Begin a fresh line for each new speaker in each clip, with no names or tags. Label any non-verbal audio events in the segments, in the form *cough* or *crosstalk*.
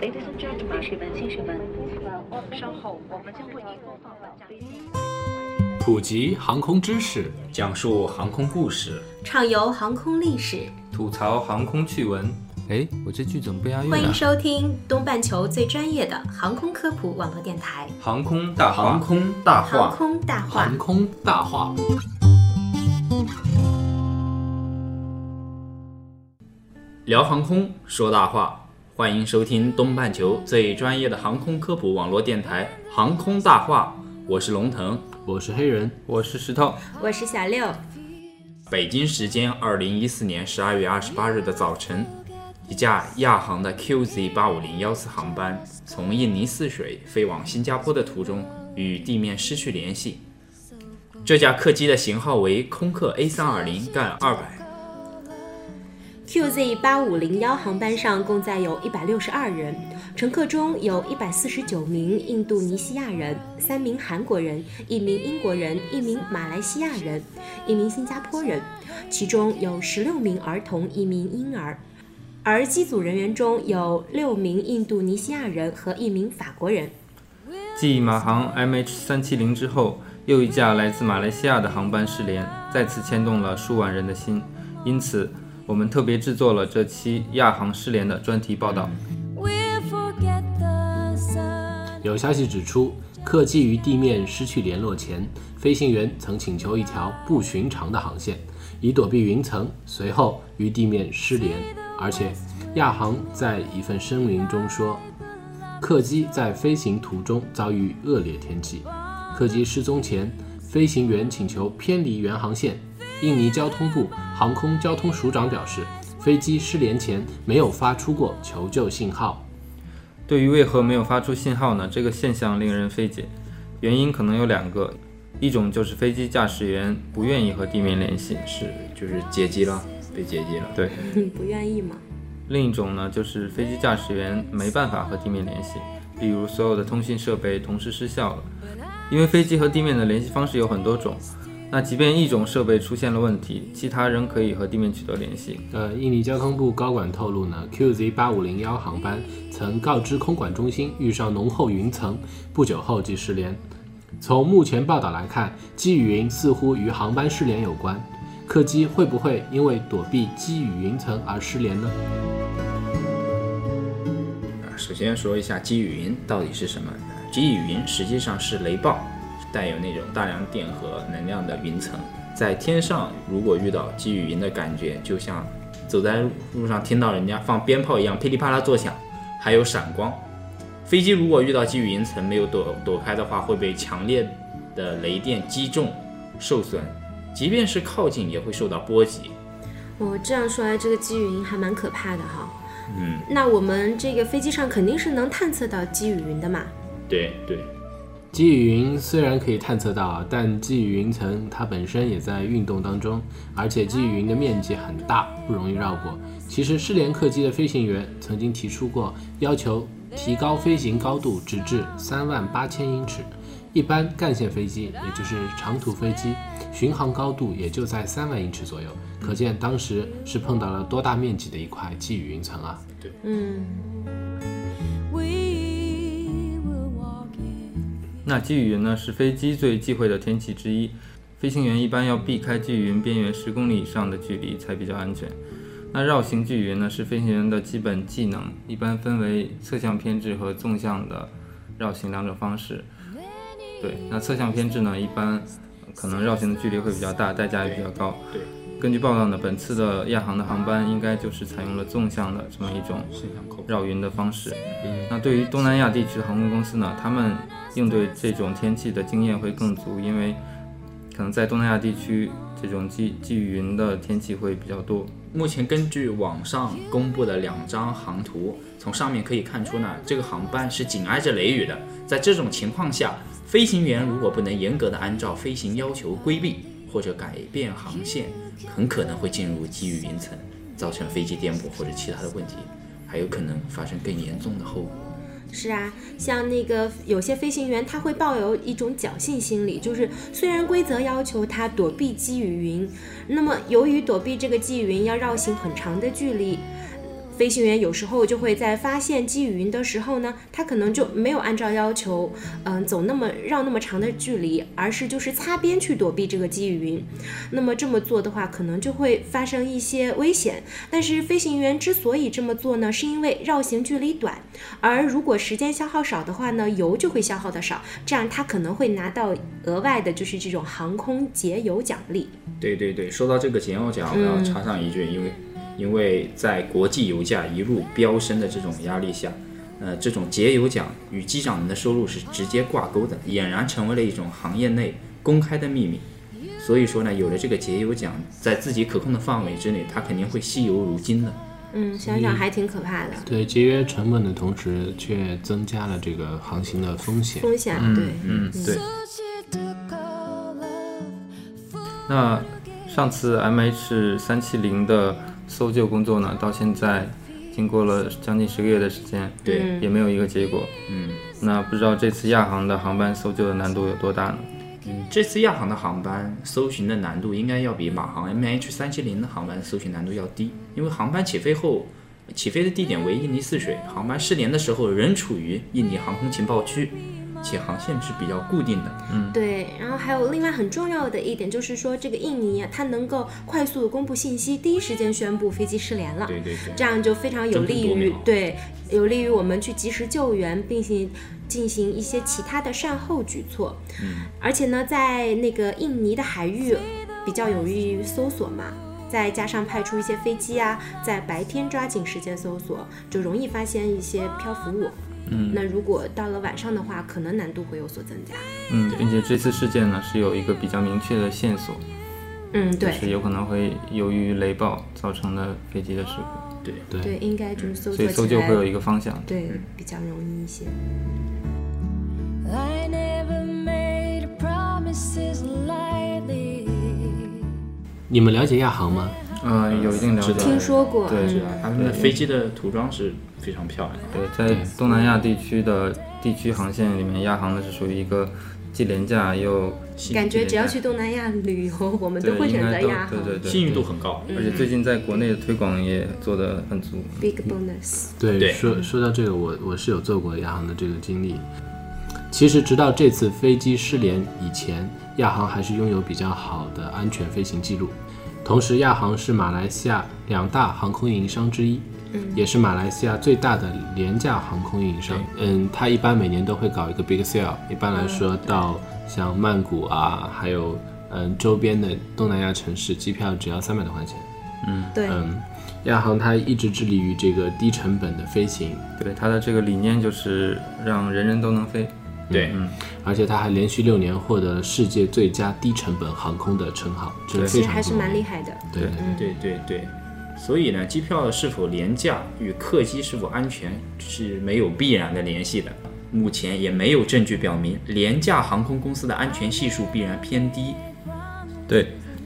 Ladies and gentlemen，士们、先生们，稍后我们将为您播放本站。
普及航空知识，
讲述航空故事，
畅游航空历史，
吐槽航空趣闻。
哎，我这句怎么不押韵
欢迎
啊？
收听东半球最专业的航空科普网络电台
航空大话，
航空大
《航空大话
航》。空大话。
聊航空说大话，欢迎收听东半球最专业的航空科普网络电台《航空大话》，我是龙腾。
我是黑人，
我是石头，
我是小六，
北京时间二零一四年十二月二十八日的早晨，一架亚航的 QZ 八五零幺四航班从印尼泗水飞往新加坡的途中与地面失去联系。这架客机的型号为空客 A 三二零杠二百。
QZ 八五零幺航班上共载有一百六十二人，乘客中有一百四十九名印度尼西亚人，三名韩国人，一名英国人，一名马来西亚人，一名新加坡人，其中有十六名儿童，一名婴儿。而机组人员中有六名印度尼西亚人和一名法国人。
继马航 MH 三七零之后，又一架来自马来西亚的航班失联，再次牵动了数万人的心。因此，我们特别制作了这期亚航失联的专题报道。
We'll forget the sun.
有消息指出，客机与地面失去联络前，飞行员曾请求一条不寻常的航线，以躲避云层，随后与地面失联。而且，亚航在一份声明中说，客机在飞行途中遭遇恶劣天气，客机失踪前，飞行员请求偏离原航线。印尼交通部航空交通署长表示，飞机失联前没有发出过求救信号。
对于为何没有发出信号呢？这个现象令人费解，原因可能有两个，一种就是飞机驾驶员不愿意和地面联系，
是，就是劫机了，被劫机了。
对；
你嗯不愿意吗？
另一种呢就是飞机驾驶员没办法和地面联系，例如所有的通信设备同时失效了。因为飞机和地面的联系方式有很多种，那即便一种设备出现了问题，其他仍可以和地面取得联系。
呃，印尼交通部高管透露呢，QZ 八五零幺航班曾告知空管中心遇上浓厚云层，不久后即失联。从目前报道来看，积雨云似乎与航班失联有关。客机会不会因为躲避积雨云层而失联呢？
啊首先说一下积雨云到底是什么。积雨云实际上是雷暴，带有那种大量电荷能量的云层，在天上如果遇到积雨云的感觉，就像走在路上听到人家放鞭炮一样噼里啪啦作响，还有闪光。飞机如果遇到积雨云层没有躲躲开的话，会被强烈的雷电击中受损，即便是靠近也会受到波及。
我哦这样说来，这个积雨云还蛮可怕的哈。
嗯，
那我们这个飞机上肯定是能探测到积雨云的嘛。
对对，
积雨云虽然可以探测到，但积雨云层它本身也在运动当中，而且积雨云的面积很大，不容易绕过。其实，失联客机的飞行员曾经提出过要求，提高飞行高度直至三万八千英尺。一般干线飞机，也就是长途飞机，巡航高度也就在三万英尺左右，可见当时是碰到了多大面积的一块积雨云层啊！
嗯，
We were walking.
那积雨云呢是飞机最忌讳的天气之一，飞行员一般要避开积雨云边缘十公里以上的距离才比较安全。那绕行积雨云呢是飞行员的基本技能，一般分为侧向偏置和纵向的绕行两种方式。对，那侧向偏置呢，一般可能绕行的距离会比较大，代价也比较高。
对
根据报道呢，本次的亚航的航班应该就是采用了纵向的这么一种绕云的方式。那对于东南亚地区的航空公司呢，他们应对这种天气的经验会更足，因为可能在东南亚地区，这种积积雨云的天气会比较多。
目前根据网上公布的两张航图，从上面可以看出呢，这个航班是紧挨着雷雨的。在这种情况下，飞行员如果不能严格的按照飞行要求规避或者改变航线，很可能会进入积雨云层，造成飞机颠簸或者其他的问题，还有可能发生更严重的后果。
是啊，像那个有些飞行员他会抱有一种侥幸心理，就是虽然规则要求他躲避积雨云，那么由于躲避这个积雨云要绕行很长的距离，飞行员有时候就会在发现积雨云的时候呢，他可能就没有按照要求，嗯、走那么绕那么长的距离，而是就是擦边去躲避这个积雨云。那么这么做的话，可能就会发生一些危险。但是飞行员之所以这么做呢，是因为绕行距离短，而如果时间消耗少的话呢，油就会消耗的少，这样他可能会拿到额外的，就是这种航空节油奖励。
对对对，说到这个前后奖，我要插上一句，因为因为在国际油价一路飙升的这种压力下，呃，这种节油奖与机长们的收入是直接挂钩的，俨然成为了一种行业内公开的秘密。所以说呢，有了这个节油奖，在自己可控的范围之内，他肯定会惜油如金的。
嗯，想想还挺可怕的
对，节约成本的同时，却增加了这个航行的风险。
风险，啊对。
嗯，对。
那上次 MH 三七零的搜救工作呢，到现在经过了将近十个月的时间，
对
也没有一个结果。
嗯，
那不知道这次亚航的航班搜救的难度有多大呢？
嗯，这次亚航的航班搜寻的难度应该要比马航 MH 三七零的航班搜寻难度要低，因为航班起飞后，起飞的地点为印尼泗水，航班失联的时候仍处于印尼航空情报区，且航线是比较固定的。
对，然后还有另外很重要的一点就是说，这个印尼啊，它能够快速地公布信息，第一时间宣布飞机失联了，
对对对，
这样就非常有利
争分
于
夺秒
对，有利于我们去及时救援，并行进行一些其他的善后举措。嗯，而且呢，在那个印尼的海域比较有利于搜索嘛。再加上派出一些飞机啊，在白天抓紧时间搜索，就容易发现一些漂浮物。嗯，那如果到了晚上的话，可能难度会有所增加。
嗯，并且这次事件呢是有一个比较明确的线索，
嗯，
就
对。
是有可能会由于雷暴造成的飞机的事故，
对，应该就是搜
所以搜
起
救
来
会有一嗯个方向。
对比较容易一些。
I never made promises lightly.
你们了解亚航吗？
呃，有一定了解。
听说过，
对
嗯
是
啊他们的飞机的涂装是非常漂亮的。
对，在东南亚地区的地区航线里面，亚航呢是属于一个既廉价又
感觉只要去东南亚旅游，我们都
对
会选
应
择
该都
亚航
对对对，嗯
信誉度很高，
而且最近在国内的推广也做得很足。
，Big Bonus。
对，
对
说说到这个，我我是有做过亚航的这个经历。其实直到这次飞机失联以前，亚航还是拥有比较好的安全飞行记录。同时，亚航是马来西亚两大航空运营商之一，也是马来西亚最大的廉价航空运营商。嗯，它一般每年都会搞一个 big sale，一般来说到像曼谷啊，还有嗯周边的东南亚城市，机票只要三百多块钱。
对，
嗯
亚航它一直致力于这个低成本的飞行，
对它的这个理念就是让人人都能飞。
对，
而且他还连续六年获得了世界最佳低成本航空的称号，这
其
非
实
常
还是
不容
蛮
易
厉害的。
对，
对对对，所以呢，机票是否廉价与客机是否安全是没有必然的联系的。目前也没有证据表明廉价航空公司的安全系数必然偏低。
对，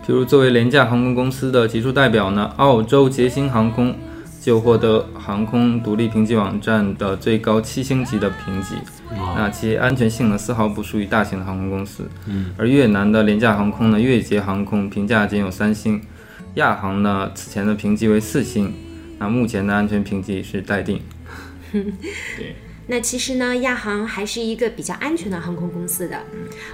譬如作为廉价航空公司的杰出代表呢，澳洲捷星航空就获得航空独立评级网站的最高七星级的评级。那啊其安全性呢，丝毫不输于大型的航空公司。嗯，而越南的廉价航空呢，越捷航空评价仅有三星，亚航呢此前的评级为四星，那目前的安全评级是待定。
那其实呢，亚航还是一个比较安全的航空公司的。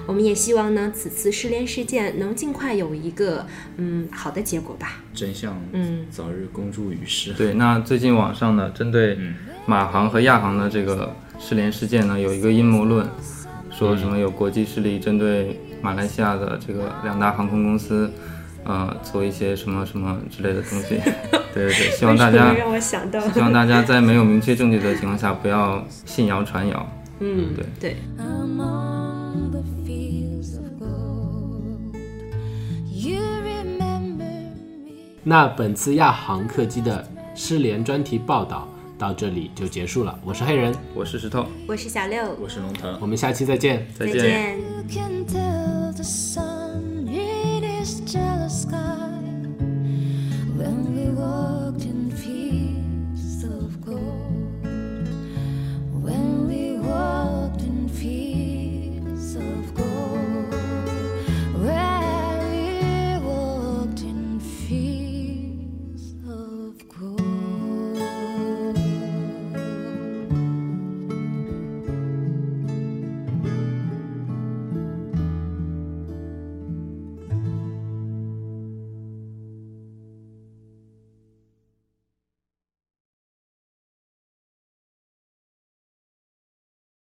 我们也希望呢，此次失联事件能尽快有一个嗯好的结果吧。
真相，
嗯，
早日公诸于世。
对，那最近网上呢，针对
嗯
马航和亚航的这个失联事件呢，有一个阴谋论，说什么有国际势力针对马来西亚的这个两大航空公司，呃，做一些什么什么之类的
*laughs*
东西。对对对，希望大家
为什么让我想到，
希望大家在没有明确证据的情况下，不要信谣传谣。
嗯
对，
对，
Among the fields of gold, you remember me.
那本次亚航客机的失联专题报道到这里就结束了，我是黑人，
我是石头，
我是小六，
我是龙腾，
我们下期再见。
再
再见
You can tell the sun it is just